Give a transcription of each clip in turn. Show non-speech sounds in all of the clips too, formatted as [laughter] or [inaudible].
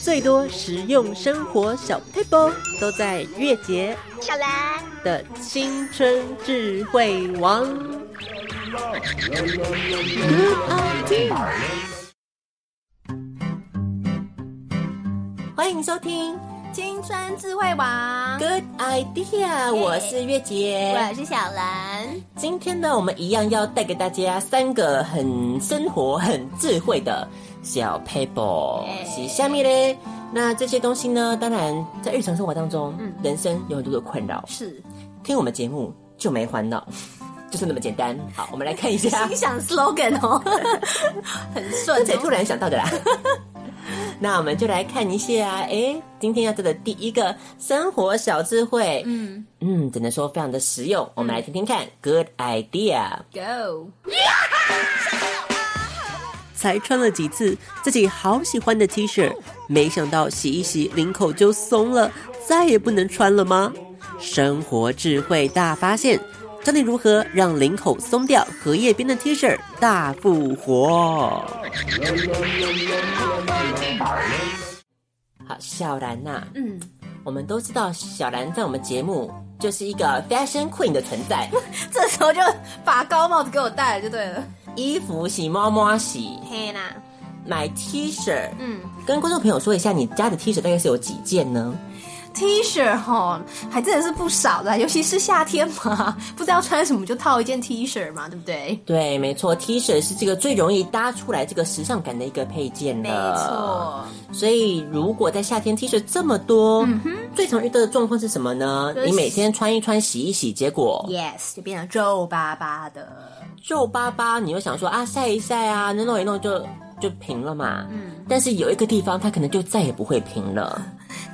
最多实用生活小 paper 都在月节小兰，的青春智慧王。欢迎收听青春智慧王， Good Idea，我是月杰。我是小兰。今天呢，我们一样要带给大家三个很生活、很智慧的小 paper。耶是下面嘞，那这些东西呢，当然在日常生活当中，嗯人生有很多的困扰。是听我们节目就没烦恼， [laughs] 就是那么简单。好，我们来看一 [laughs] 下心，想 slogan 哦，很顺这才突哦。然想到的啦。 [laughs] 那我们就来看一下，哎，今天要做的第一个生活小智慧，嗯嗯，只能说非常的实用。我们来听听看，Good idea。 ，Go，才穿了几次自己好喜欢的 T 恤，没想到洗一洗领口就松了，再也不能穿了吗？生活智慧大发现，教你如何让领口松掉，荷叶边的 T 恤大复活。好，小兰呐、嗯，我们都知道小兰在我们节目就是一个 fashion queen 的存在，这时候就把高帽子给我戴了就对了。衣服洗、猫猫洗、嘿啦，买 T 恤，嗯跟观众朋友说一下，你家的 T 恤大概是有几件呢？ ，T 恤吼，还真的是不少的，尤其是夏天嘛，不知道穿什么就套一件 T 恤嘛，对不对？对，没错，T 恤是这个最容易搭出来这个时尚感的一个配件没了。错，没错，所以如果在夏天 T 恤这么多，最常遇到的状嗯况是什么呢就？是你每天穿一穿，洗一洗，结果，Yes，就变成皱巴巴的。皱巴巴，你又想说啊晒一晒啊，那弄一弄就就平了嘛。嗯，但是有一个地方，它可能就再也不会平了，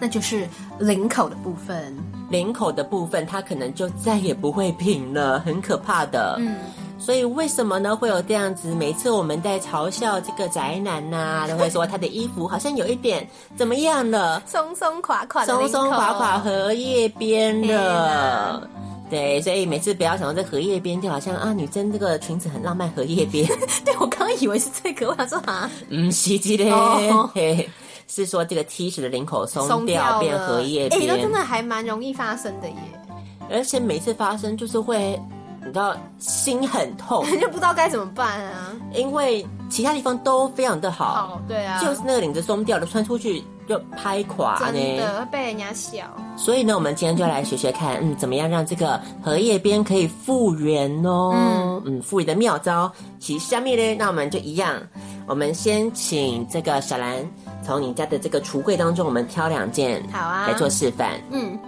那就是领口的部分。领口的部分，它可能就再也不会平了，很可怕的。嗯，所以为什么呢？会有这样子？每次我们在嘲笑这个宅男呐、都会说他的衣服好像有一点怎么样了，松松垮垮的松领口松垮垮，。荷叶边哎了。对，所以每次不要想到这荷叶边，就好像啊，女生这个裙子很浪漫，荷叶边， [laughs] 对，我刚刚以为是这个，我想说啊， [laughs] 嗯，袭击嘞哦，嘿是说这个 T 恤的领口松松掉了变荷叶哎、那边真，的还蛮容易发生的耶， [laughs] 而且每次发生就是会，你知道心很 [laughs] 痛，就不知道该怎么办啊。因为其他地方都非常的好，哦，对啊，就是那个领子松掉了，穿出去就拍垮真呢。的会被人家笑。所以呢，我们今天就来学学看，嗯，怎么样让这个荷叶边可以复原哦？嗯复原的妙招。其实下面呢，那我们就一样，我们先请这个小兰从你家的这个橱柜当中，我们挑两件好啊来做示范。嗯，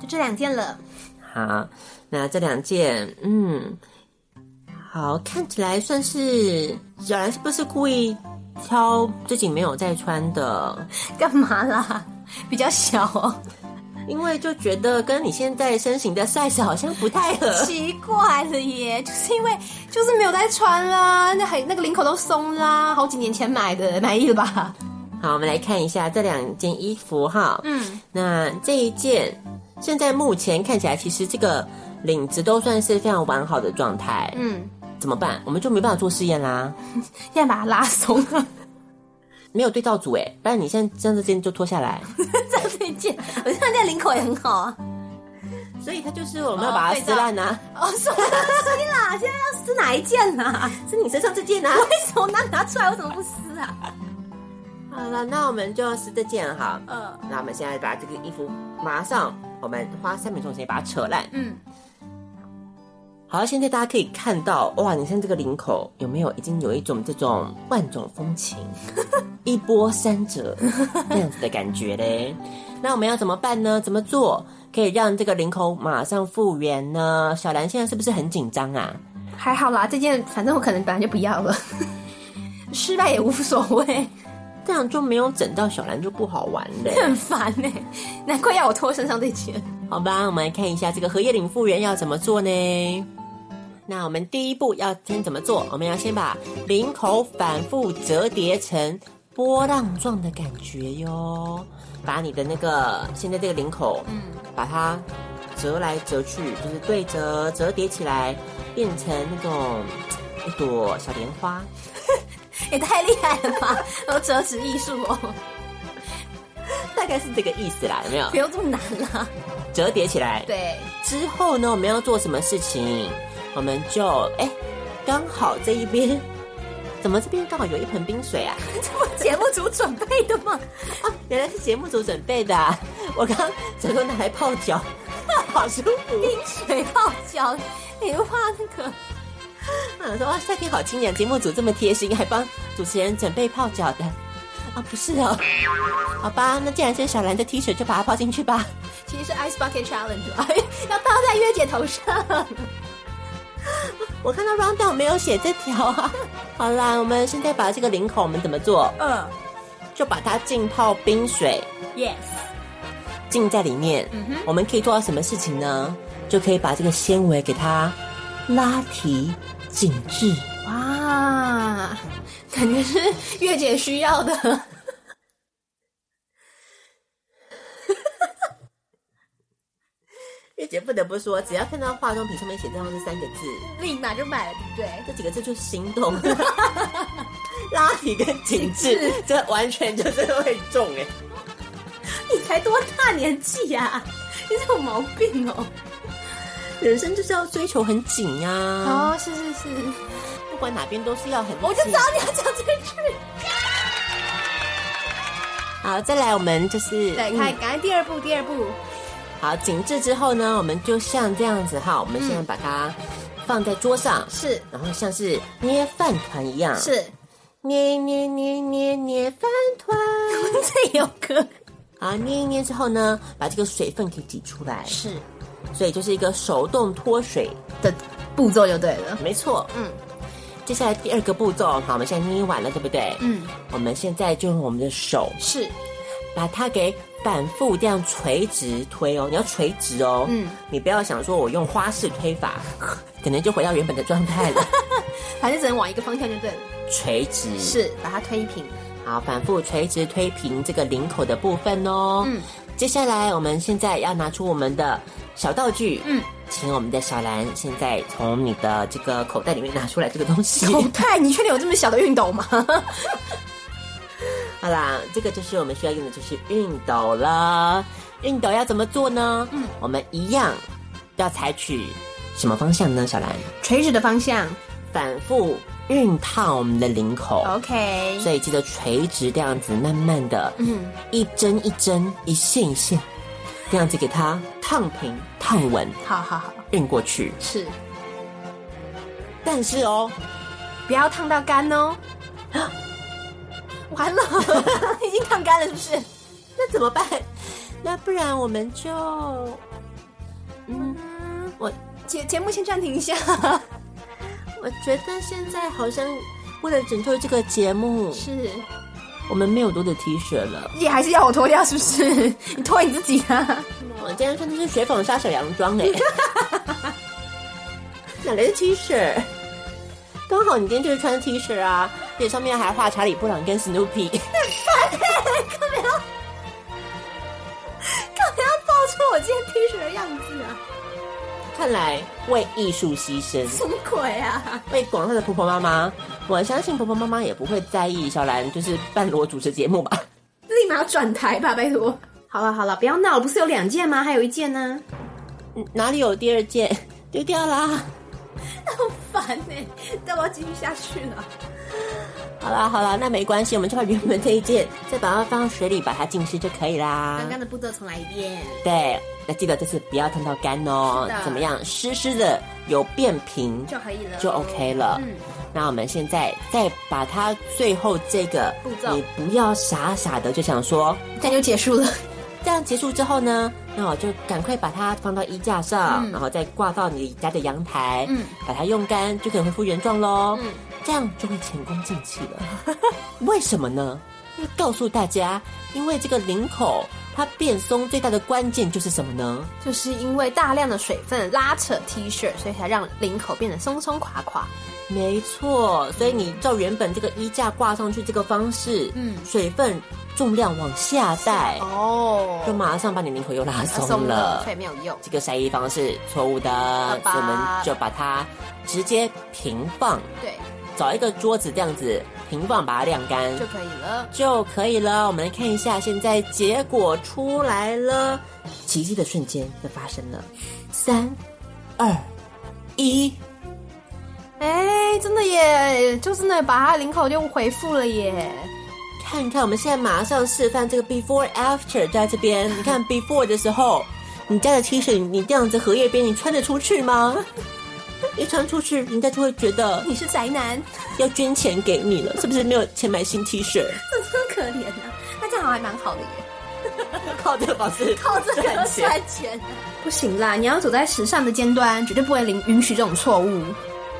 就这两件了。 [laughs] 好，那这两件，嗯，好，看起来算是小兰是不是故意挑自己没有在穿的？干嘛啦？ [laughs] 比较小哦，。[laughs] 因为就觉得跟你现在身形的 size 好像不太合 [laughs] 奇怪了耶，就是因为就是没有再穿啦，那还那个领口都松啦，好几年前买的，满意了吧？好，我们来看一下这两件衣服哈。嗯，那这一件现在目前看起来，其实这个领子都算是非常完好的状态。嗯，怎么办？我们就没办法做试验啦，现在把它拉松了， [laughs] 没有对照组哎。不然你现在这样子这件就脱 [laughs] 下来，这样这一件，我现在领口也很好啊。所以它就是我们要把它撕烂啊。哦，什么东西啦？ [laughs] 现在要撕哪一件啦？ [laughs] 是你身上这件啊。为什么拿拿出来？为什么不撕啊？好了，那我们就撕这件哈。呃，那我们现在把这个衣服马上，我们花三秒钟时间把它扯烂。嗯，好，现在大家可以看到，哇，你看这个领口有没有已经有一种这种万种风情， [laughs] 一波三折那样子的感觉嘞？那我们要怎么办呢？怎么做可以让这个领口马上复原呢？小兰现在是不是很紧张啊？还好啦，这件反正我可能本来就不要了， [laughs] 失败也无所谓，这样就没有整到小兰就不好玩嘞。很烦呢、难怪要我脱身上这件。好吧，我们来看一下这个荷叶领复原要怎么做呢？那我们第一步要先怎么做？我们要先把领口反复折叠成波浪状的感觉哟，把你的那个现在这个领口，嗯，把它折来折去，就是对折折叠起来，变成那种嘖一朵小莲花。也太厉害了吧！有折纸艺术哦。概是这个意思啦，有没有不？用这么难啦。折叠起来。对，之后呢，我们要做什么事情？我们就哎，刚好这一边，怎么这边刚好有一盆冰水啊？ [laughs] [laughs] 这不节目组准备的 [laughs] 吗？啊，原来是节目组准备的、啊， [laughs] 我刚想说拿来泡脚， [laughs] 好舒服。 [laughs] 冰水泡脚，你画那个我想说哇，夏天好清凉，节目组这么贴心，还帮主持人准备泡脚的。啊，不是哦，好吧，那既然是小兰的 T 恤，就把它泡进去吧。其实是 Ice Bucket Challenge 吧， [laughs] 要倒在月姐头上。我看到 round down 没有写这条啊。 [laughs] 好啦，我们现在把这个领口我们怎么做？嗯就把它浸泡冰水， ，Yes，浸在里面。嗯哼我们可以做到什么事情呢？就可以把这个纤维给它拉提紧致。哇，感觉是月姐需要的。月姐不得不说，只要看到化妆品上面写上这三个字，立马就买了，对不对？这几个字就心 [laughs] 动。拉提跟紧致，这完全就是会中哎。你才多大年纪呀、你这有毛病哦！人生就是要追求很紧啊哦，呀、是是是，不管哪边都是要很我就知紧道你要讲这句。好，再来我们就是对，嗯看，赶快第二步，第二步，好紧致之后呢，我们就像这样子哈，我们现嗯在把它放在桌上，是然后像是捏饭团一样，是，捏捏捏捏捏饭团。这有歌好，捏一捏之后呢，把这个水分给挤出来，是所以就是一个手动脱水，的步骤就对了。没错。嗯接下来第二个步骤，好，我们现在捏完了，对不对？嗯，我们现在就用我们的手是把它给反复这样垂直推哦，你要垂直哦，嗯，你不要想说我用花式推法，可能就回到原本的状态了，反正只能往一个方向就对了。垂 [laughs] 直，是，把它推 [laughs] 平。好，反复垂直推平这个领口的部分哦，嗯，接下来我们现在要拿出我们的小道具，嗯，请我们的小兰现在从你的这个口袋里面拿出来这个 [laughs] 东西，口袋，哦你确定有这么小的熨斗吗？好啦，这个就是我们需要用的，就是熨斗了。熨斗要怎么做呢？嗯，我们一样要采取什么方向呢？小兰，垂直的方向。反复熨烫我们的领口， OK，所以记得垂直这样子，慢慢的，嗯，一针一针，一线一线，这样子给它烫平、烫稳，好好好，熨过去。是，但是哦， [laughs] 不要烫到干哦。完了， [laughs] 已经烫干了，是不是？那怎么办？那不然我们就，嗯，我节节目先暂停一下。我觉得现在好像为了拯救这个节目，是，我们没有多的 T 恤了。你还是要我脱掉是不是？ [laughs] 你脱你自己啊！我今天穿的是雪纺纱小洋装哎、 [laughs] 哪来的 T 恤？刚好你今天就是穿 T 恤啊，而且上面还画查理布朗跟史努比。干嘛要爆出我今天 T 恤的样子啊？ [laughs] 看来为艺术牺牲，什么鬼啊？为广大的婆婆妈妈，我相信婆婆妈妈也不会在意小兰就是半裸主持节目吧？立马转台吧，拜托！好了好了，不要闹了，不是有两件吗？还有一件呢，嗯哪里有第二件？丢掉啦！好烦欸呢、但我要继续下去了。好啦好啦，那没关系，我们就把原本这一件再把它放到水里，把它浸湿就可以啦。刚刚的步骤重来一遍。对，那记得这次不要烫到干哦是的，怎么样？湿湿的有变平就可以了，就 OK 了。嗯那我们现在再把它最后这个步骤你不要傻傻的就想说，这样就结束了。这样结束之后呢，那我就赶快把它放到衣架上，嗯然后再挂到你家的阳台，嗯把它用干，就可以恢复原状喽。嗯这样就会前功尽弃 [laughs] 了。为什么呢？因为告诉大家，因为这个领口它变松最大的关键就是什么呢？就是因为大量的水分拉扯 T 恤，所以才让领口变得松松垮垮。没错，所以你照原本这个衣架挂上去这个方式，嗯水分重量往下带，哦就马上把你领口又拉松了。所以没有用。这个晒衣方式错误的，吧所以我们就把它直接平放，对，找一个桌子这样子平放把它晾干就可以了。就可以了。我们来看一下，现在结果出来了，奇迹的瞬间就发生了，三、二、一。哎，真的耶，就是呢，把它的领口就回复了耶。看看，我们现在马上示范这个 before after，在这边，你看 before 的时候，你家的 T 恤，你这样子荷叶边，你穿得出去吗？ [laughs] 一穿出去，人家就会觉得你是宅男，要捐钱给你了，是不是没有钱买新 T 恤？真可怜啊。那这样好像还蛮好的耶， [laughs] 靠这个方式，靠这个赚钱。赚钱、啊不行啦，你要走在时尚的尖端，绝对不会允允许这种错误。 [laughs]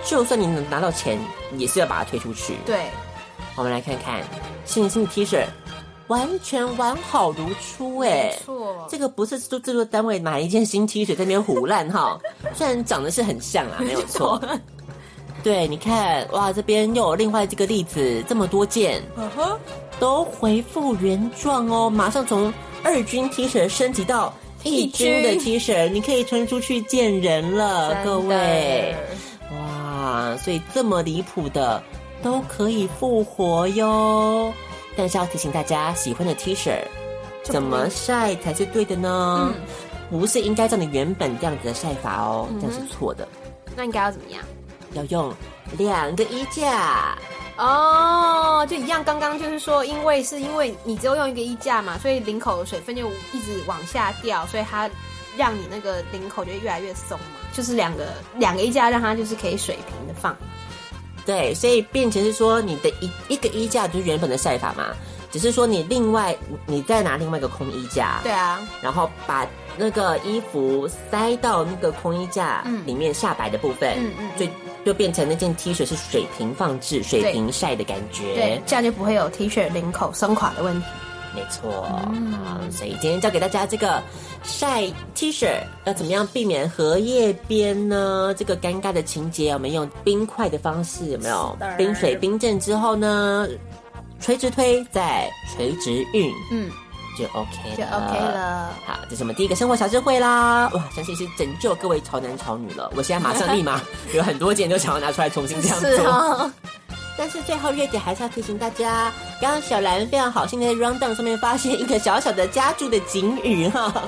就算你能拿到钱，也是要把它推出去。对，我们来看看新的新的 T 恤，完全完好如初哎没。错，这个不是制作制作单位买一件新 T 恤在那边胡乱 [laughs] 哈，虽然长得是很像啦，没有错。 [laughs] 对，你看，哇，这边又有另外这个例子，这么多件嗯哼，都恢复原状哦，马上从二军 T 恤升级到一军的一 T 恤，你可以穿出去见人了，各位，哇，所以这么离谱的都可以复活哟。但是要提醒大家，喜欢的 T 恤就不怎么晒才是对的呢？嗯不是应该照你原本这样子的晒法哦，这样是错的。那应该要怎么样？要用两个衣架，哦，就一样，刚刚就是说，因为是因为你只有用一个衣架嘛，所以领口的水分就一直往下掉，所以它让你那个领口就越来越松嘛。就是两个两个衣架，让它就是可以水平的放。对，所以变成是说你的一一个衣架就是原本的晒法嘛，只是说你另外你再拿另外一个空衣架，对啊，然后把那个衣服塞到那个空衣架嗯里面下摆的部分，嗯嗯嗯就就变成那件 T 恤是水平放置、水平晒的感觉，对，这样就不会有 T 恤领口松垮的问题。没错，嗯，所以今天教给大家这个晒 T 恤要怎么样避免荷叶边呢？这个尴尬的情节，我们用冰块的方式，有没有是的？冰水冰镇之后呢，垂直推再垂直运嗯，就 OK 就了 OK。了。好，这是我们第一个生活小智慧啦！哇，相信是拯救各位潮男潮女了。我现在马上立马 [laughs] 有很多件都想要拿出来重新这样做。是哦，但是最后月姐还是要提醒大家，刚刚小兰非常好心的在 round down 上面发现一个小小的家住的警语哈。 [laughs]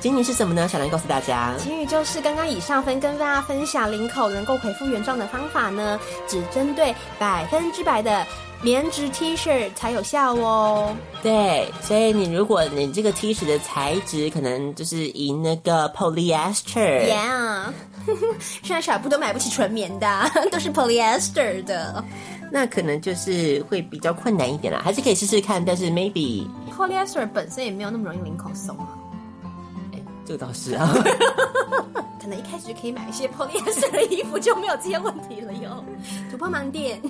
警语是什么呢？小兰告诉大家。晴雨就是刚刚以上分跟大家分享领口能够恢复原状的方法呢，只针对百分之百的棉质 T 恤才有效哦。对，所以你如果你这个 T 恤的材质可能就是以那个 polyester，、 Yeah，现在小布都买不起纯棉的 [laughs] 啊，都是 polyester 的。那可能就是会比较困难一点啦。还是可以试试看，但是 maybe polyester 本身也没有那么容易领口松啊，这个倒是 [laughs] 啊。可能一开始就可以买一些 [laughs] polyester 的衣服，就没有这些问题了哟。主播盲 [laughs] 点，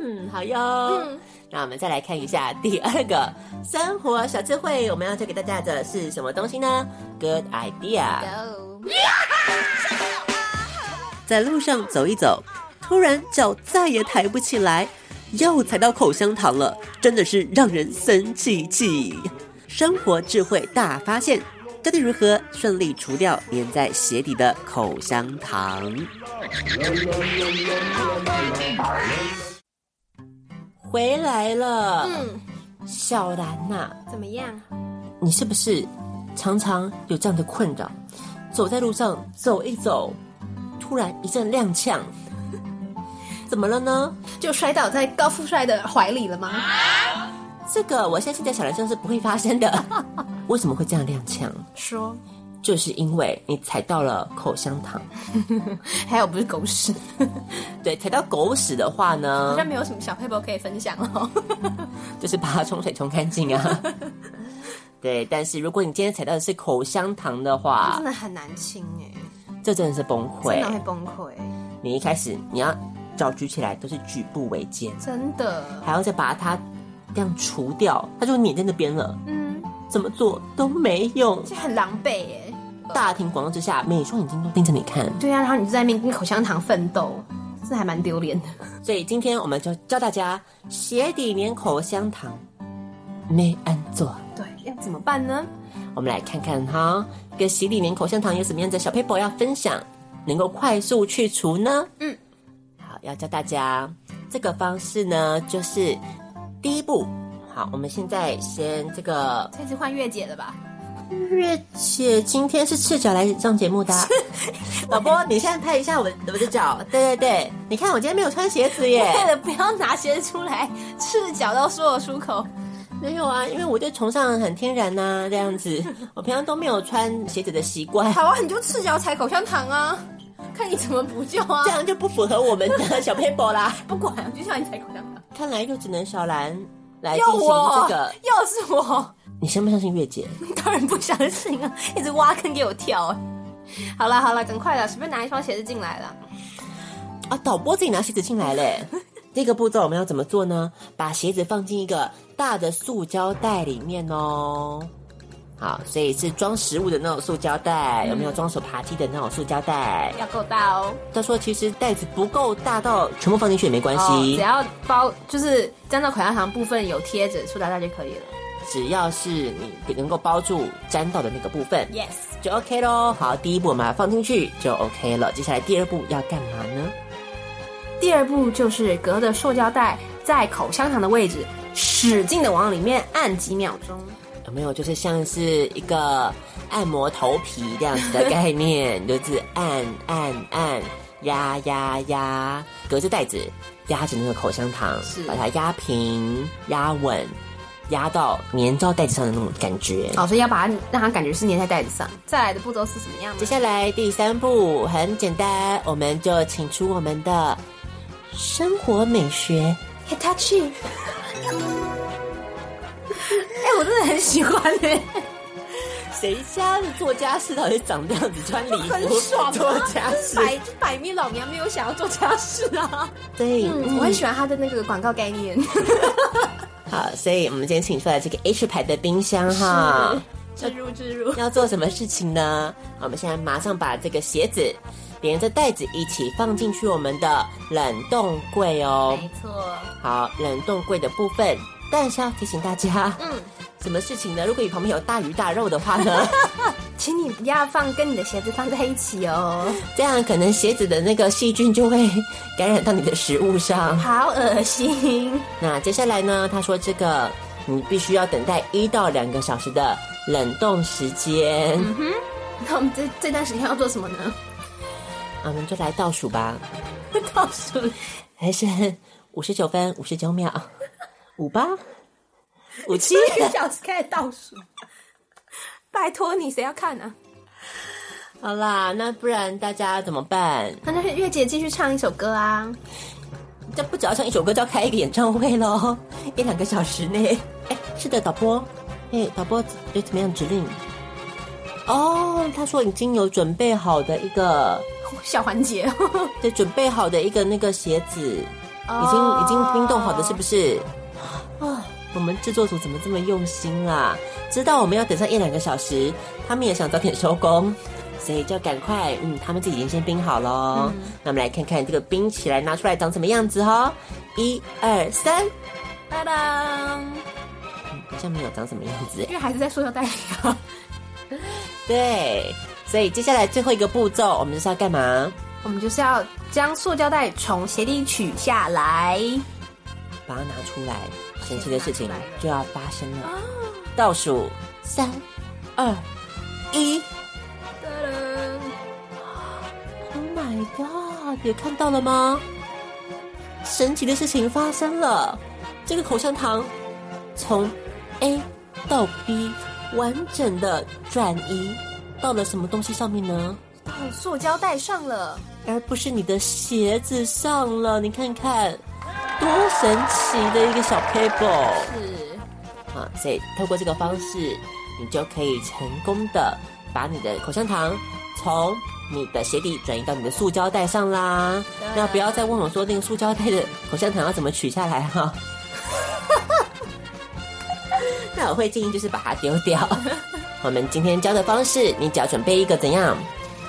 嗯，好哟。那我们再来看一下 [laughs] 第二个生活小智慧，我们要教给大家的是什么东西呢？Good idea。在路上走一走，突然脚再也抬不起来，又踩到口香糖了，真的是让人生气气。生活智慧大发现，教你如何顺利除掉粘在鞋底的口香糖。回来了，嗯，小兰呐、怎么样？你是不是常常有这样的困扰？走在路上走一走，突然一阵踉跄， [laughs] 怎么了呢？就摔倒在高富帅的怀里了吗？这个我相信在小兰身上是不会发生的。 [laughs] 为什么会这样踉跄？说，就是因为你踩到了口香糖。还有不是狗屎，对，踩到狗屎的话好 [laughs] 呢，像没有什么小 paper 可以分享 [laughs] 哦。就是把它冲水冲干净啊。 [laughs] 对，但是如果你今天踩到的是口香糖的话真，的很难清这真的是崩哎，溃真的。啊会崩溃，你一开始你要脚举起来都是举步维艰，真的。还要再把它这样除掉，它就粘在那边了，嗯，怎么做都没用。就很狼狈耶。大庭广众之下，每双眼睛都盯着你看。对啊，然后你就在那边跟口香糖奋斗，这还蛮丢脸的。所以今天我们就教大家鞋底粘口香糖没安做。 [laughs] 对，要怎么办呢？我们来看看哈，跟鞋底粘口香糖有什么样的小 paper 要分享，能够快速去除呢？嗯，好，要教大家。这个方式呢，就是第一步。好，我们现在先这个这次换月姐的吧？月姐今天是赤脚来上节目的啊、 [laughs] 老婆，你现在拍一下我我的脚，对对对，你看我今天没有穿鞋子耶，为了不要拿鞋出来，赤脚都说我出口。 [laughs] 没有啊，因为我对崇尚很天然呐、这样 [laughs] 子，我平常都没有穿鞋子的习惯，好啊，你就赤脚踩口香糖啊，看你怎么补救啊这！样就不符合我们的小 paper 啦。 [laughs] [laughs] 不管，我就叫你踩口香糖。看来就只能小兰来进要行我，这个，要是我，你相不相信月姐？当然不相信啊！ [laughs] 一直挖坑给我跳、哎好了好了，赶快了，随便拿一双鞋子进来了。啊，导播自己拿鞋子进来嘞。 [laughs] 第一个步骤我们要怎么做呢？把鞋子放进一个大的塑胶袋里面哦。好，所以是装食物的那种塑胶袋，有没有装手扒鸡的那种塑胶袋？要够大哦，他说其实袋子不够大到全部放进去也没关哦，只系，要包就是沾到口香糖部分有贴着塑料袋就可以了。只要是你能够包住沾到的那个部分 Yes，就 OK 咯。好，第一步我们把它放进去就 OK 了。接下来第二步要干嘛呢？第二步就是隔着塑胶袋在口香糖的位置使劲的往里面按几秒钟。有没有就是像是一个按摩头皮这样子的概念，就是按按按压压压，隔着袋子压着那个口香糖是，把它压平、压稳，压到粘到袋子上的那种感觉。哦，所以要把它让它感觉是粘在袋子上。再来的步骤是什么样接呢？下来第三步很简单，我们就请出我们的生活美学。 [laughs] Hitachi。哎、我真的很喜欢哎、谁家的做家事到底长这样子，穿礼很服爽、啊，做家事？百就百面老娘没有想要做家事啊。对，嗯，我很喜欢他的那个广告概念。好，所以我们今天请出来这个 H 牌的冰箱 [laughs] 哈，置入置入，要做什么事情呢？我们现在马上把这个鞋子连着袋子一起放进去我们的冷冻柜哦。错。好，冷冻柜的部分，但是要提醒大家，嗯，什么事情呢？如果你旁边有大鱼大肉的话呢， [laughs] 请你不要放跟你的鞋子放在一起哦，这样可能鞋子的那个细菌就会感染到你的食物上。好恶心。那接下来呢？他说这个你必须要等待一到两个小时的冷冻时间。那我们这这段时间要做什么呢？我们就来倒数吧， [laughs] 倒数还剩五十九分五十九秒，五八五七，一个小时开始倒数。 [laughs] 拜托你，谁要看啊？好啦，那不然大家怎么办？那就月姐继续唱一首歌啊。这不只要唱一首歌，就要开一个演唱会喽，一两个小时内。哎，是的，导播，哎，导播有怎么样指令？哦，他说已经有准备好的一个，小环 [laughs] 节，已对，准备好的一个那个鞋子，已经已经冰冻好的，是不是？是？哦啊，我们制作组怎么这么用心啊？知道我们要等上一两个小时，他们也想早点收工，所以就赶快，嗯，他们自己已经先冰好喽。嗯那我们来看看这个冰起来拿出来长什么样子哦。一二三，拜拜。嗯好像没有长什么样子耶因为还是在塑胶袋里啊。对，所以接下来最后一个步骤，我们就是要干嘛？ [laughs] 我们就是要将塑胶袋从鞋底取下来。把它拿出来，神奇的事情拿出哦就要发生了。倒数三、二、一。Oh my god！也看到了吗？神奇的事情发生了，这个口香糖从 A 到 B 完整的转移到了什么东西上面呢？到哦塑胶袋上了，而不是你的鞋子上了。你看看，多神奇的一个小 paper 是啊！所以透过这个方式，你就可以成功的把你的口香糖从你的鞋底转移到你的塑胶袋上啦对。那不要再问我说那个塑胶袋的口香糖要怎么取下来哈、 [laughs] 那我会建议就是把它丢掉。我们今天教的方式，你只要准备一个怎样？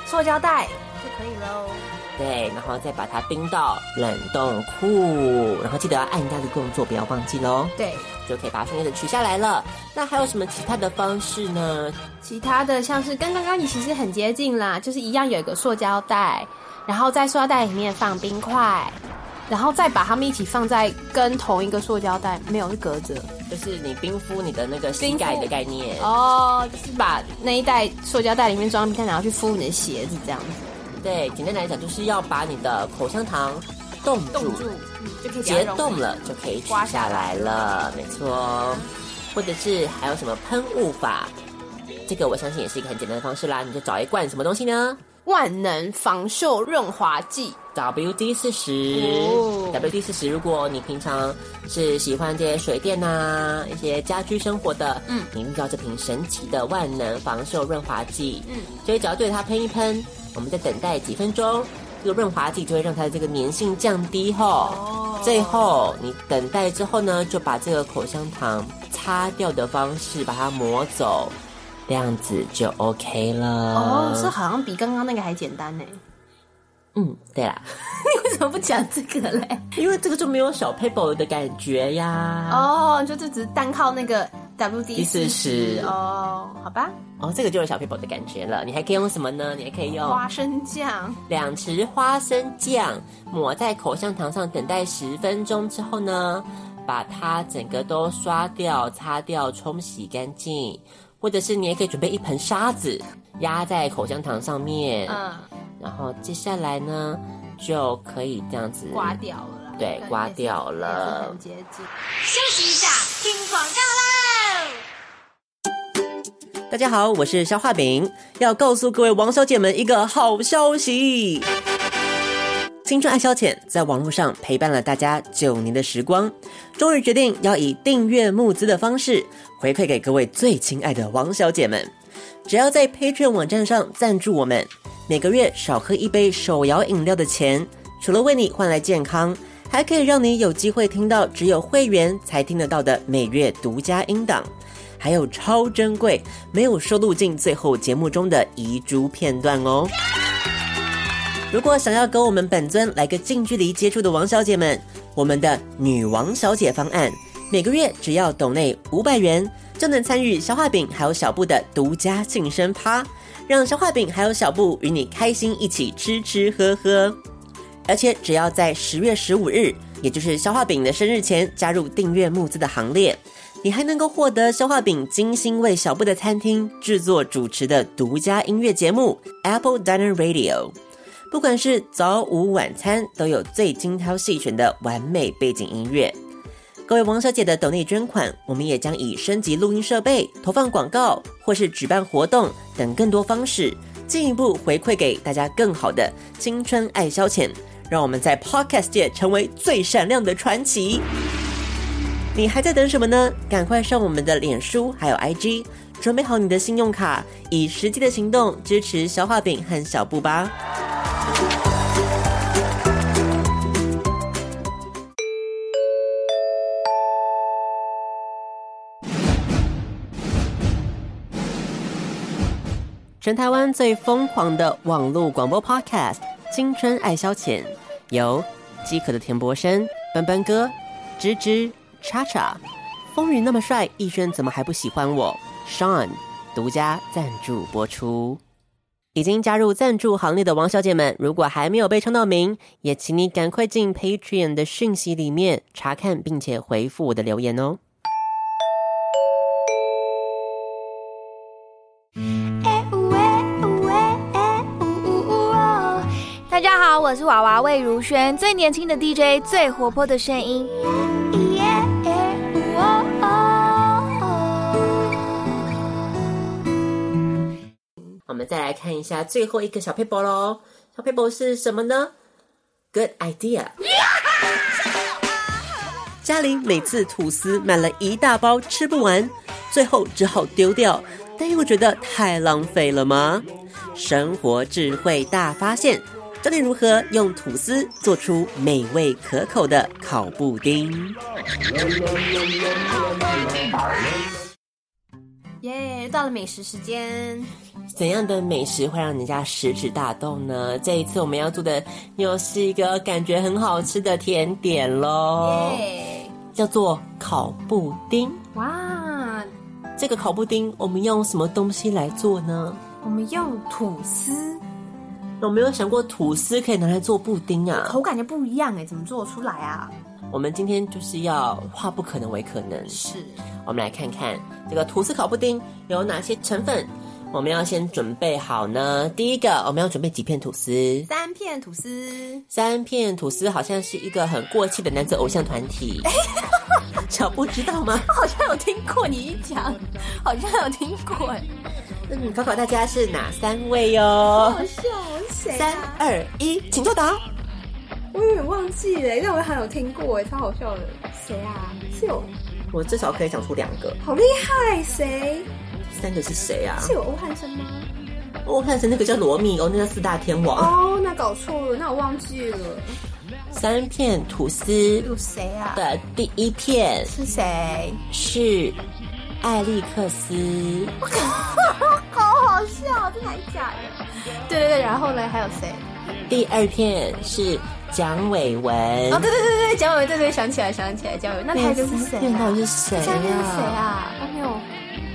塑胶袋就可以哦喽。对，然后再把它冰到冷冻库，然后记得要按压的动作，不要忘记喽，对，就可以把它顺利的取下来了。那还有什么其他的方式呢？其他的像是跟刚刚你其实很接近啦，就是一样有一个塑胶袋，然后在塑胶袋里面放冰块，然后再把它们一起放在跟同一个塑胶袋，没有是隔着就是你冰敷你的那个膝盖的概念。哦，就是把那一袋塑胶袋里面装米然后去敷你的鞋子这样子，对，简单来讲就是要把你的口香糖冻住，嗯就可以结冻了就可以取下来了，没错。或者是还有什么喷雾法，这个我相信也是一个很简单的方式啦。你就找一罐什么东西呢万能防锈润滑剂。 ？WD 四十、哦 w d 四十，如果你平常是喜欢这些水电呐、一些家居生活的，嗯你用到这瓶神奇的万能防锈润滑剂，嗯，所以只要对它喷一喷，我们再等待几分钟，这个润滑剂就会让它的这个粘性降低后，哦最后你等待之后呢，就把这个口香糖擦掉的方式把它抹走，这样子就 OK 了。哦，是好像比刚刚那个还简单呢。嗯，对啦，你 [laughs] 为什么不讲这个嘞？因为这个就没有小 paper 的感觉呀。哦，就这只是单靠那个 WD 四十哦，好吧，哦，这个就是小 paper 的感觉了。你还可以用什么呢？你还可以用花生酱，两匙花生酱抹在口香糖上，等待十分钟之后呢，把它整个都刷掉、擦掉、冲洗干净。或者是你也可以准备一盆沙子压在口香糖上面，嗯，然后接下来呢就可以这样子刮掉了啦，对也是刮掉也是了很洁净。休息一下，听广告喽。大家好，我是肖画饼，要告诉各位王小姐们一个好消息。青春爱消遣在网络上陪伴了大家九年的时光，终于决定要以订阅募资的方式回馈给各位最亲爱的王小姐们。只要在 Patreon 网站上赞助我们，每个月少喝一杯手摇饮料的钱，除了为你换来健康，还可以让你有机会听到只有会员才听得到的每月独家音档，还有超珍贵没有收录进最后节目中的遗珠片段哦。如果想要跟我们本尊来个近距离接触的王小姐们，我们的女王小姐方案，每个月只要抖内五百元，就能参与消化饼还有小布的独家庆生趴，让消化饼还有小布与你开心一起吃吃喝喝。而且只要在十月十五日，也就是消化饼的生日前加入订阅募资的行列，你还能够获得消化饼精心为小布的餐厅制作主持的独家音乐节目 Apple Diner Radio。不管是早午晚餐，都有最精挑细选的完美背景音乐。各位王小姐的抖内捐款，我们也将以升级录音设备、投放广告或是举办活动等更多方式，进一步回馈给大家更好的青春爱消遣，让我们在 Podcast 界成为最闪亮的传奇。你还在等什么呢？赶快上我们的脸书还有 IG，准备好你的信用卡，以实际的行动支持消化饼和小布吧。全台湾最疯狂的网络广播 Podcast《青春爱消遣》，由饥渴的田伯生、奔奔哥、芝芝、叉叉、风雨那么帅、逸轩怎么还不喜欢我、Sean 独家赞助播出。已经加入赞助行列的王小姐们，如果还没有被称到名，也请你赶快进 Patreon 的讯息里面查看，并且回复我的留言哦。哦大家好，我是娃娃魏如萱，最年轻的 DJ，最活泼的声音。我们再来看一下最后一个小 paper 喽。小 paper 是什么呢？Good [laughs] idea。嘉玲每次吐司买了一大包吃不完，最后只好丢掉，但又觉得太浪费了吗？生活智慧大发现，教你如何用吐司做出美味可口的烤布丁。耶，到了美食时间，怎样的美食会让人家食指大动呢？这一次我们要做的又是一个感觉很好吃的甜点喽。哦耶，叫做烤布丁。哇，这个烤布丁我们用什么东西来做呢？我们用吐司，有没有想过吐司可以拿来做布丁啊？口感就不一样哎、怎么做得出来啊？我们今天就是要化不可能为可能。是我们来看看这个吐司烤布丁有哪些成分，我们要先准备好呢。第一个，我们要准备几片吐司？三片吐司，三片吐司好像是一个很过气的男子偶像团 [laughs] 体，小布知道吗？ [laughs] 好像有听过你一讲，好像有听过哎、那你考考大家是哪三位哟？笑，是谁啊三二一，请作答。我有点忘记了，但我好像有听过哎，超好笑的。谁啊？是有，我至少可以讲出两个，好厉害，谁？三个是谁啊？是有欧汉声吗？我看成那个叫罗密欧，那叫四大天王。哦，那搞错了，那我忘记了。三片吐司有谁啊？的第一片是谁？是艾利克斯，好好笑，真的还假的？对对对，然后呢？还有谁？第二片是蒋伟文。哦，对对对对，蒋伟，对对，想起来，想起来，蒋伟。那第他就是谁、片到啊？底是谁下面是谁啊？啊？我没有。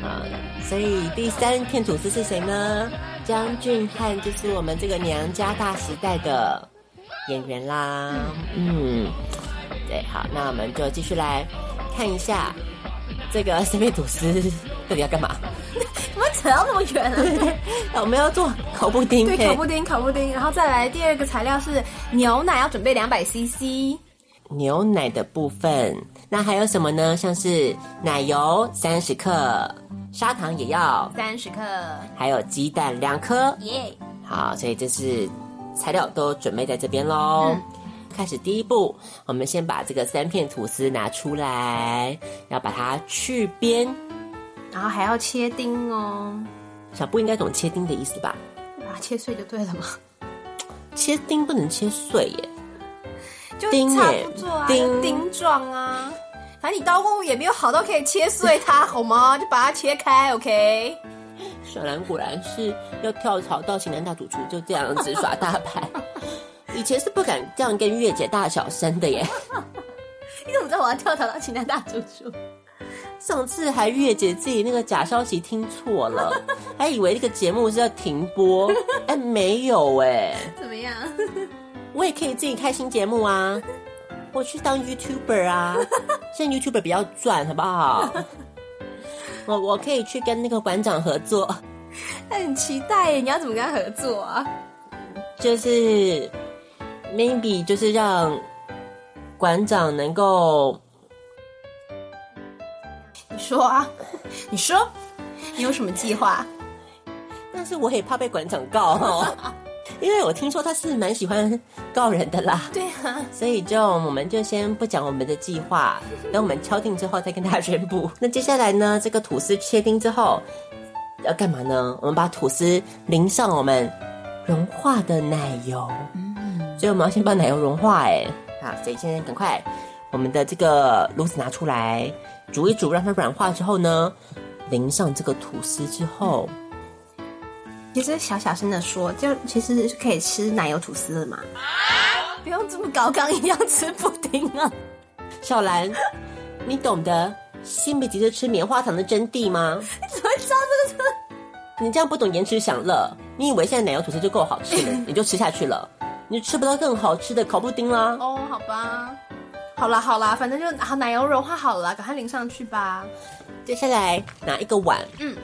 啊，所以第三片吐司是谁呢？张俊汉就是我们这个娘家大时代的演员啦。嗯，对，好，那我们就继续来看一下这个三片吐司到底要干嘛？ [laughs] 怎么扯到那么远了、啊？我们要做烤布丁， [laughs] 对，烤布嘿丁，烤布丁，然后再来第二个材料是牛奶，要准备两百 CC。牛奶的部分。那还有什么呢？像是奶油三十克，砂糖也要，三十克，还有鸡蛋两颗，耶、好，所以这是材料都准备在这边喽。嗯开始第一步，我们先把这个三片吐司拿出来，要把它去边。然后还要切丁哦，小布应该懂切丁的意思吧？把它切碎就对了嘛，切丁不能切碎耶。就丁差耶不多啊，丁丁丁状啊。反正你刀工也没有好到可以切碎它，好吗？就把它切开，OK。小兰果然是要跳槽到型男大主厨，就这样子耍大牌。以前是不敢这样跟月姐大小声的耶，你怎么知道我要跳槽到情感大主厨？上次还月姐自己那个假消息听错了，还以为这个节目是要停播，哎，没有哎。怎么样？我也可以自己开新节目啊，我去当 YouTuber 啊，现在 YouTuber 比较赚，好不好？我我可以去跟那个馆长合作， [laughs] 很期待耶，你要怎么跟他合作啊？就是 maybe 就是让馆长能够你说啊， [laughs] 你说，你有什么计划？但是我也怕被馆长告哦，因为我听说他是蛮喜欢告人的啦，对啊，所以就我们就先不讲我们的计划，等我们敲定之后再跟大家宣布。 [laughs] 那接下来呢，这个吐司切丁之后要干嘛呢？我们把吐司淋上我们融化的奶油，所以我们要先把奶油融化，哎，嗯好，所以现在赶快我们的这个炉子拿出来煮一煮，让它软化之后呢，淋上这个吐司之后。其实小小声的说，就其实是可以吃奶油吐司的嘛，不用这么高刚，一定要吃布丁啊！小兰，你懂得新北急着吃棉花糖的真谛吗？怎么知道这个是？你这样不懂延迟享乐，你以为现在奶油吐司就够好吃 [laughs] 了，你就吃下去了，你就吃不到更好吃的烤布丁啦。哦，好吧，好啦好啦，反正就好奶油融化好了啦，赶快淋上去吧。接下来拿一个碗，嗯，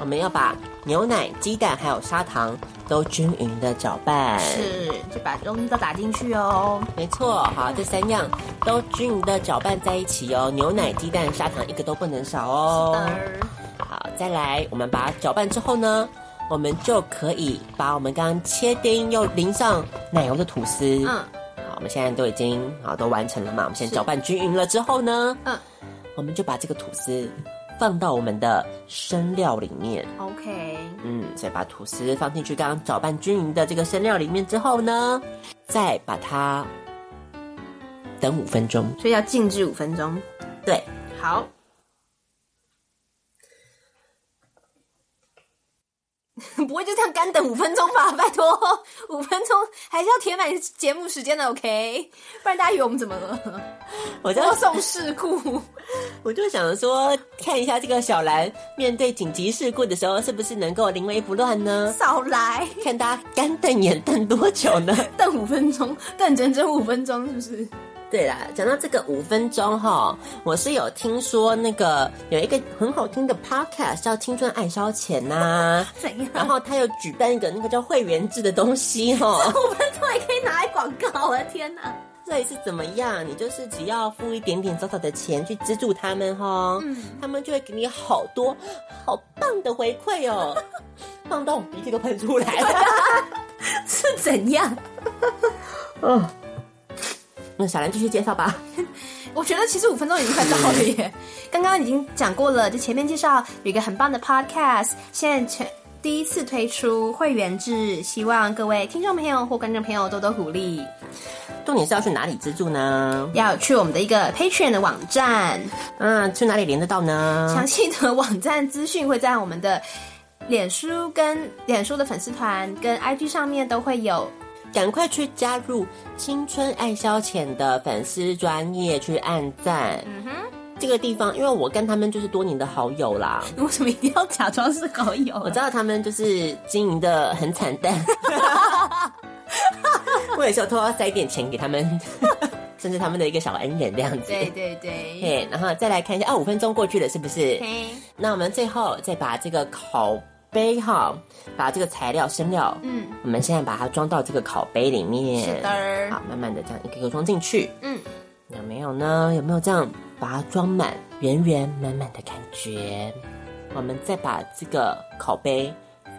我们要把牛奶、鸡蛋还有砂糖都均匀的搅拌。是，就把东西都打进去哦。没错，好，这三样都均匀的搅拌在一起哦。牛奶、鸡蛋、砂糖一个都不能少哦。好，再来，我们把它搅拌之后呢，我们就可以把我们刚刚切丁又淋上奶油的吐司，嗯好，我们现在都已经好都完成了嘛，我们先搅拌均匀了之后呢，嗯我们就把这个吐司放到我们的生料里面， ，OK，嗯，所以把吐司放进去刚刚搅拌均匀的这个生料里面之后呢，再把它等五分钟，所以要静置五分钟。对，好， [laughs] 不会就这样干等五分钟吧？ [laughs] 拜托，五分钟还是要填满节目时间的，OK？不然大家以为我们怎么了？ [laughs] [laughs] 我就播送事故，我就想说，看一下这个小兰面对紧急事故的时候，是不是能够临危不乱呢？少来，看大家干瞪眼瞪多久呢？等五分钟，等整整五分钟，是不是？对啦，讲到这个五分钟哈，我是有听说那个有一个很好听的 podcast 叫《青春爱烧钱》呐、怎然样？后他有举办一个那个叫会员制的东西 [laughs] 哈。五分钟也可以拿来广告，我的天哪！这里是怎么样？你就是只要付一点点小小的钱去资助他们哈，他们就会给你好多好棒的回馈哦，棒到我鼻涕都喷出来了。是怎样？嗯，那小兰继续介绍吧。我觉得其实五分钟已经快到了耶。嗯刚刚已经讲过了，就前面介绍有一个很棒的 podcast，现在全第一次推出会员制，希望各位听众朋友或观众朋友多多鼓励，重点是要去哪里资助呢？要去我们的一个 Patreon 的网站，嗯，去哪里连得到呢？详细的网站资讯会在我们的脸书跟脸书的粉丝团跟 IG 上面都会有。赶快去加入青春爱消遣的粉丝专业去按赞。嗯哼，这个地方，因为我跟他们就是多年的好友啦，你为什么一定要假装是狗友我？知道他们就是经营的很惨淡，我也是有偷偷塞一点钱给他们， [laughs] 甚至他们的一个小恩人这样子。对对对，嘿，然后再来看一下，哦，五分钟过去了，是不是？嘿，那我们最后再把这个烤杯哈，把这个材料生料，嗯，我们现在把它装到这个烤杯里面。是的好，慢慢的这样一个一个装进去，嗯，有没有呢？有没有这样把它装满，圆圆满满的感觉？我们再把这个烤杯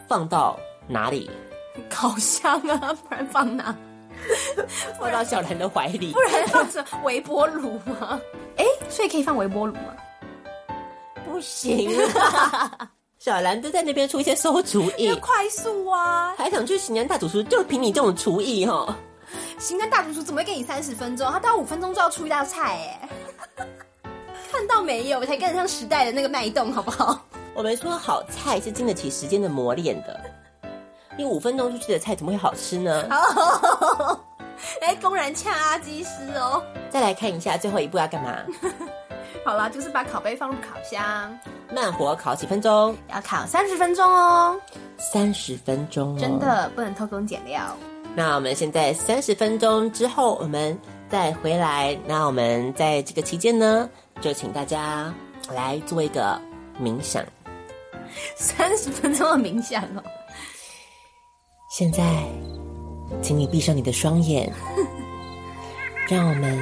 放到哪里？烤箱啊，不然放哪？放到小兰的怀里不。然放什么微波炉吗？哎、所以可以放微波炉吗？不行啊， [laughs] 小兰都在那边出一些馊主意就，快速啊！还想去型男大主厨，就凭你这种厨艺哈、哦。行政大主厨怎么会给你三十分钟？他到五分钟就要出一道菜哎、 [laughs] 看到没有？才跟得上时代的那个脉动，好不好？我们说好菜是经得起时间的磨练的，你五分钟出去的菜怎么会好吃呢？ [laughs] 哎、公然呛阿基师哦！再来看一下最后一步要 [laughs] 干嘛？好啦，就是把烤杯放入烤箱，慢火烤几分钟？要烤三十分钟哦，三十分钟、哦真。的不能偷工减料。那我们现在三十分钟之后，我们再回来。那我们在这个期间呢，就请大家来做一个冥想。三十分钟的冥想哦，现在，请你闭上你的双眼，让我们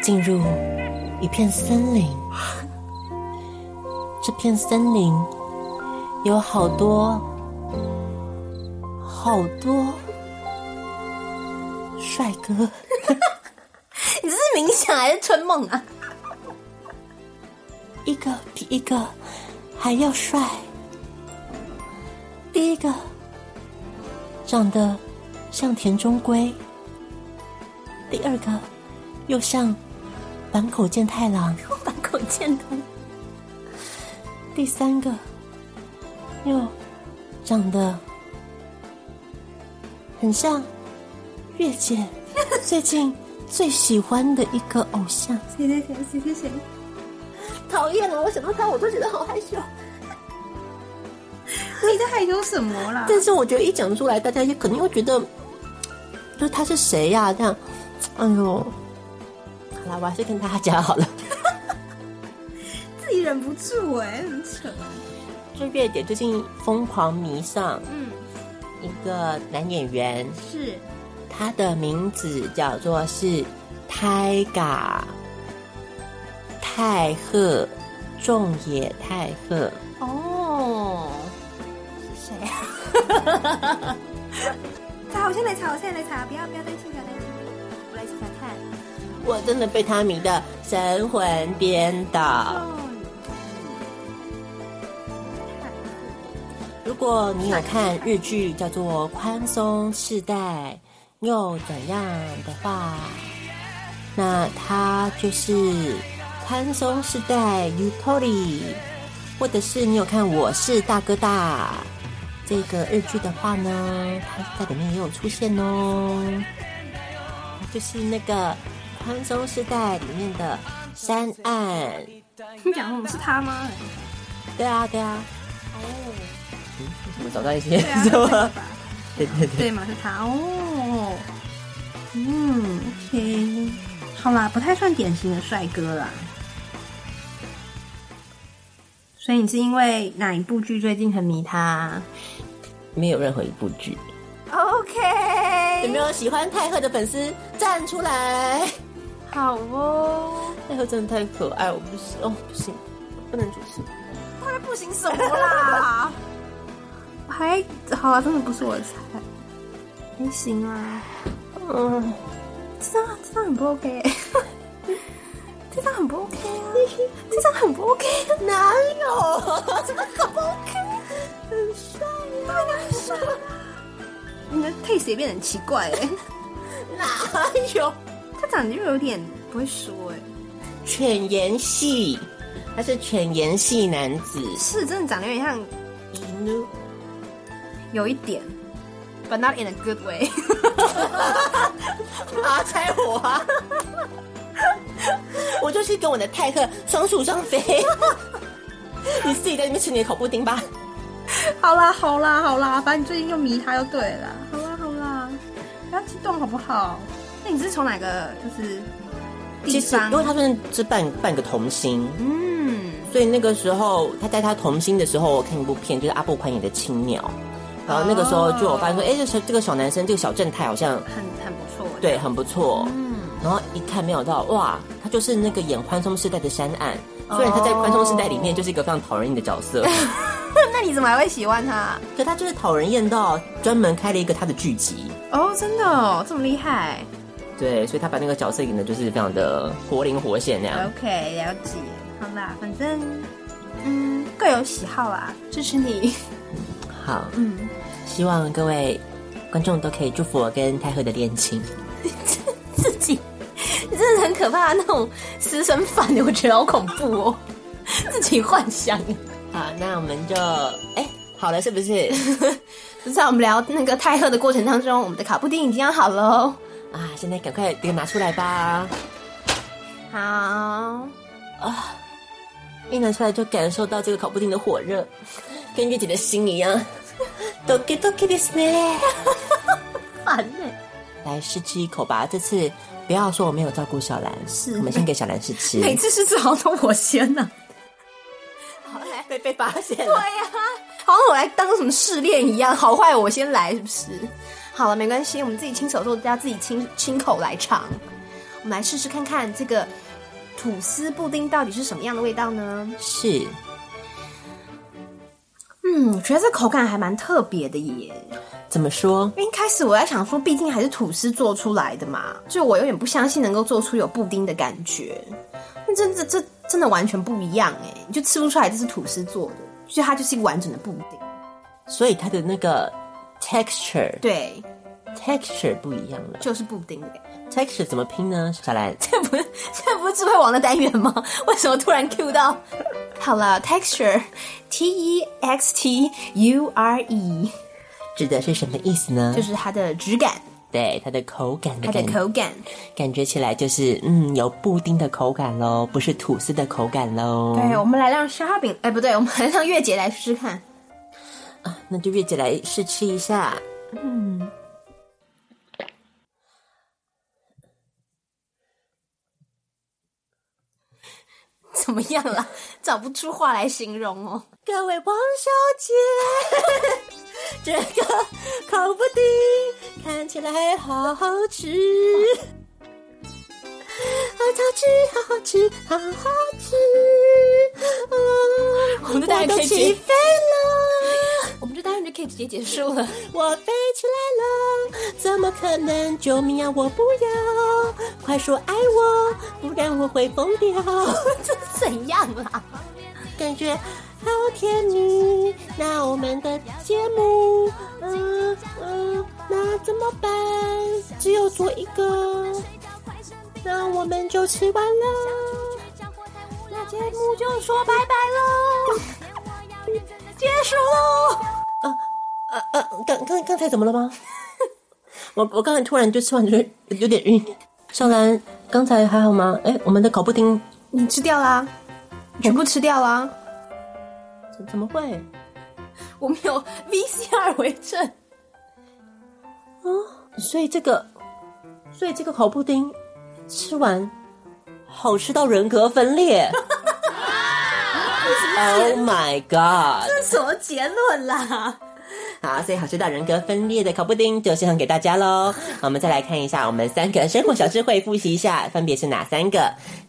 进入一片森林。这片森林有好多、好多帅哥。你这是冥想还是春梦 [laughs] 啊？一个比一个还要帅。第一个长得像田中圭，第二个又像坂口健太郎，把口见通，第三个又长得很像月姐最近最喜欢的一个偶像。谁谁谁谁谁谁，讨厌了！我想到他，我都觉得好害羞。 [laughs] 你在害羞什么啦？但是我觉得一讲出来，大家也肯定会觉得，就是他是谁呀、这样，哎呦，好啦，我还是跟大家讲好了。自己忍不住哎、很扯。这月姐最近疯狂迷上嗯，一个男演员，是他的名字叫做是泰嘎泰赫仲野泰赫。哦，是谁啊？ [laughs] 查，我先来查，我先来查，不要不要担心，不要担心，我来查查看。我真的被他迷得神魂颠倒。如果你有看日剧叫做《宽松世代又怎样》的话，那它就是《宽松世代 y u k o r i 或者是你有看《我是大哥大》这个日剧的话呢，它在里面也有出现哦，就是那个宽松时代里面的山岸。你讲什么？是他吗？对啊，对啊，哦，我们找到一些对啊， [laughs] 什么？对对对，对嘛，是他哦。嗯，OK，好啦，不太算典型的帅哥啦。所以你是因为哪一部剧最近很迷他没有任何一部剧。有？OK，没有喜欢太赫的粉丝站出来？好哦。太赫真的太可爱，我不行，哦不行，不能主持。不行什么啦？我 [laughs] 还好啊，真的不是我的菜，还行啊，嗯，这张这张很不 OK，这张很不 OK 啊，这张很不 OK， [laughs] 哪有？这张很不 OK，很帅呀、啊，很帅、你的 taste 也变得很奇怪哎、哪有？他长得就有点不会说哎、犬颜系，他是犬颜系男子。是真的长得有点像， Inu 有一点，but not in a good way。啊，猜我啊！ [laughs] 我就去跟我的泰克双宿双 [laughs] 飞。你自己在那边吃你的口布丁吧。好啦好啦好啦，反正你最近又迷他又对了。好啦好啦，不要激动好不好？那你是从哪个就是地其实，方因？为他算是半半个童星，嗯，所以那个时候他在他童星的时候，我看一部片，就是阿布宽演的《青鸟》，然后那个时候就有发现哦说，哎、这小这个小男生，这个小正太好像很很不错。，对很不错。嗯，然后一看没想到，哇，他就是那个演《宽松世代》的山岸。虽然他在《宽松世代》里面就是一个非常讨人厌的角色， [laughs] 那你怎么还会喜欢他？可他就是讨人厌到专门开了一个他的剧集。哦，真的哦，这么厉害。对，所以他把那个角色演的就是非常的活灵活现那样。 OK，了解。嗯好啦，反正嗯各有喜好啊啦，支持你。好，嗯，希望各位观众都可以祝福我跟太赫的恋情。自己 [laughs] 你真的很可怕那种私生饭，我觉得好恐怖 [laughs] 哦，自己幻想。好，那我们就哎、好了，是不 [laughs] 是？就在我们聊那个泰赫的过程当中，我们的卡布丁已经要好了哦。啊，现在赶快给我拿出来吧！好，一拿出来就感受到这个烤布丁的火热，跟月姐的心一 [laughs] 样。ドキドキですね。烦欸呢、来试吃一口吧，这次不要说我没有照顾小兰，是我们先给小兰试 [laughs] 吃。每次是至好像都我先啊呢、好来，被被发现对呀、好像我来当什么试炼一样，好坏我先来，是不是？好了，没关系，我们自己亲手做，大家自己亲亲口来尝。我们来试试看看这个吐司布丁到底是什么样的味道呢？是嗯，我觉得这口感还蛮特别的耶。怎么说？因为一开始我在想说，毕竟还是吐司做出来的嘛，就我有点不相信能够做出有布丁的感觉。那真这这真的完全不一样哎，你就吃不出来这是吐司做的，就它就是一个完整的布丁。所以它的那个 texture 对， texture 不一样了。就是布丁的感觉。 [laughs] texture 怎么拼呢？小兰，这不是这不是智慧王的单元吗？为什么突然 Q 到？好了，texture，t e x t u r e， [laughs] 指的是什么意思呢？就是它的质感，对它的口感它的的感觉，口感。感觉起来就是嗯，有布丁的口感喽，不是吐司的口感喽。对，哦我们来让沙饼，哎，不对，我们来让月姐来试试看。那就月姐来试吃一下。 [laughs] 怎么样啦？找不出话来形容哦。各位王小姐， [laughs] 这个烤布丁看起来好好吃，好好吃，好好吃，好好吃。哦，我们的大家可以起接飞了，我们这单元就可以直接结束了。我飞起来了，怎么可能？救命啊！我不要，快说爱我，不然我会疯掉。 [laughs] 这是怎样啊啦？感觉好甜蜜。那我们的节目，嗯、嗯、那怎么办？只有做一个，那我们就吃完了。那节目就说拜拜喽，结束喽。呃，呃呃，刚刚刚才怎么了吗？我我刚才突然就吃完就有点晕。少兰，刚才还好吗？哎，我们的烤布丁你吃掉啦，全部吃掉啦，怎怎么会？我们有 VCR 为证。所以这个，所以这个烤布丁吃完，好吃到人格分裂。Oh my god！这什么结论啦？好，所以好吃到人格分裂的烤布丁就献上给大家喽。我们再来看一下我们三个生活小智慧，复习一下分别是哪三个。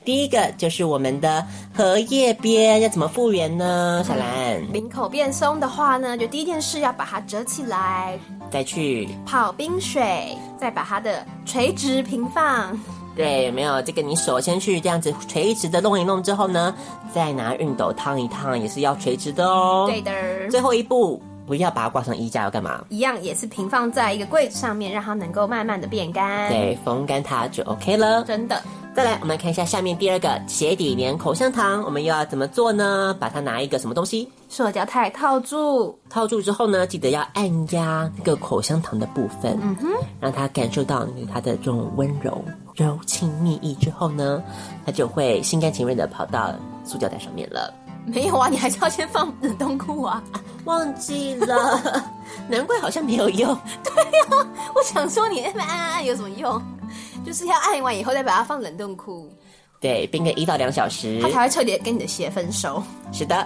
第一个就是我们的荷叶边要怎么复原呢？小兰，领口变松的话呢，就第一件事要把它折起来，再去泡冰水，再把它的垂直平放。对，有没有这个？你首先去这样子垂直的弄一弄之后呢，再拿熨斗烫一烫，也是要垂直的哦。对，的，最后一步不要把它挂上衣架，要干嘛？一样也是平放在一个柜子上面，让它能够慢慢的变干。，对，风干它就 OK 了。真的。再来，我们来看一下下面第二个鞋底粘口香糖，我们又要怎么做呢？把它拿一个什么东西塑胶袋套住，套住之后呢，记得要按压那个口香糖的部分，嗯哼，让它感受到它的这种温柔、柔情蜜意之后呢，它就会心甘情愿的跑到塑胶袋上面了。没有啊？你还是要先放冷冻库啊！忘记 [laughs] 了，难怪好像没有用。我想说你 [laughs] 按按按有什么用？就是要按完以后再把它放冷冻库，对，冰个一到两小时它。才会彻底地跟你的鞋分手。是的，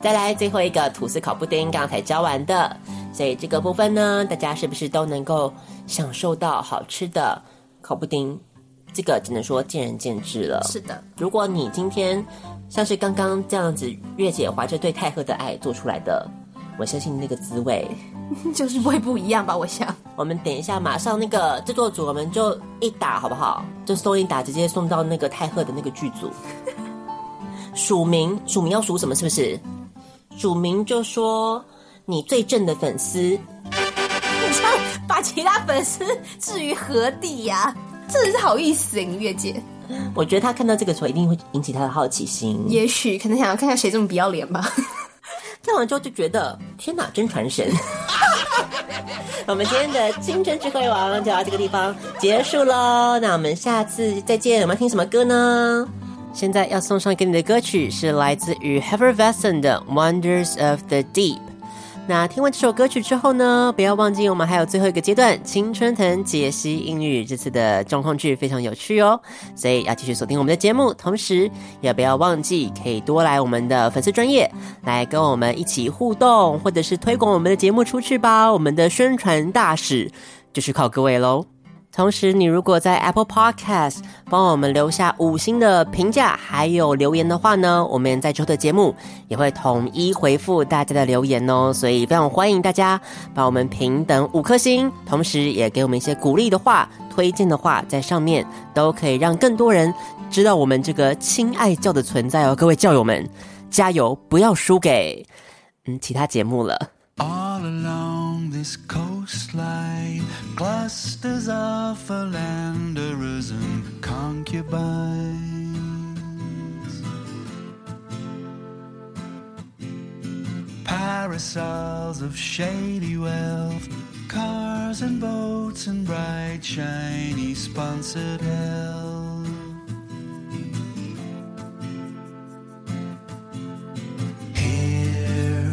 再来最后一个吐司烤布丁，刚才教完的，所以这个部分呢，大家是不是都能够享受到好吃的烤布丁？这个只能说见仁见智了。是的，如果你今天像是刚刚这样子，月姐怀着对泰赫的爱做出来的，我相信那个滋味。就是会不一样吧？我想。 [laughs] 我们等一下，马上那个制作组，我们就一打好不好？就送一打，直接送到那个泰赫的那个剧组。署名，署名要署什么？是不是？署名就说你最正的粉丝，你这样把其他粉丝置于何地呀、真的是好意思哎、你月姐。我觉得他看到这个时候一定会引起他的好奇心。也许可能想要看看谁这么不要脸吧。看完之后就觉得天哪，真传神。 [laughs] 我们今天的青春智慧王就到这个地方结束喽，那我们下次再见。我们要听什么歌呢？现在要送上给你的歌曲是来自于 Heather Vesson 的《Wonders of the Deep》。那听完这首歌曲之后呢，不要忘记我们还有最后一个阶段——青春藤解析英语。这次的状况剧非常有趣哦，所以要继续锁定我们的节目，同时也不要忘记可以多来我们的粉丝专业来跟我们一起互动，或者是推广我们的节目出去吧。我们的宣传大使就是靠各位喽。同时，你如果在 Apple Podcast 帮我们留下五星的评价，还有留言的话呢，我们在之后的节目也会统一回复大家的留言哦。所以非常欢迎大家帮我们平等五颗星，同时也给我们一些鼓励的话、推荐的话，在上面都可以让更多人知道我们这个亲爱教的存在哦。各位教友们，加油，不要输给嗯其他节目了。 All along this coastline, clusters of philanderers and concubines, parasols of shady wealth, cars and boats and bright, shiny sponsored health. Here,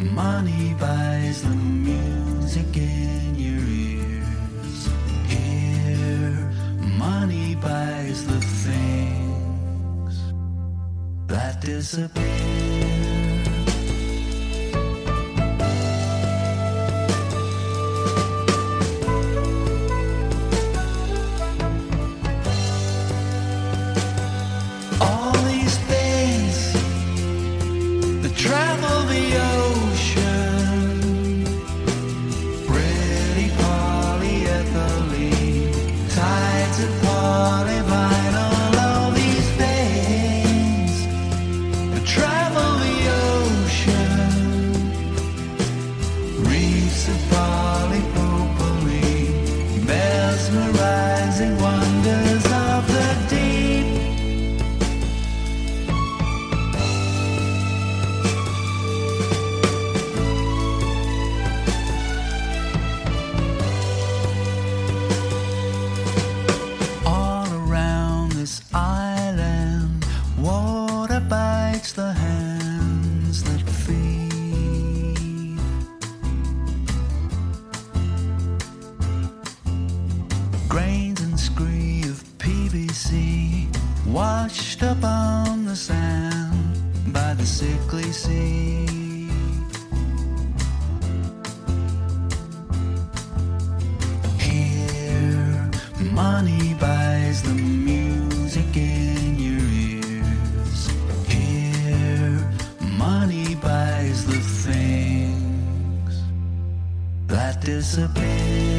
money buys the music in your ears. Here, money buys the things that disappear. All these things that travel the ocean. Pretty polyethylene, tied to polyvinyl. All these things that travel the ocean. Reefs of polypropylene, mesmerizing wonders of the deep. scree of PVC, washed up on the sand by the sickly sea. Here, money buys the music in your ears. Here, money buys the things that disappear.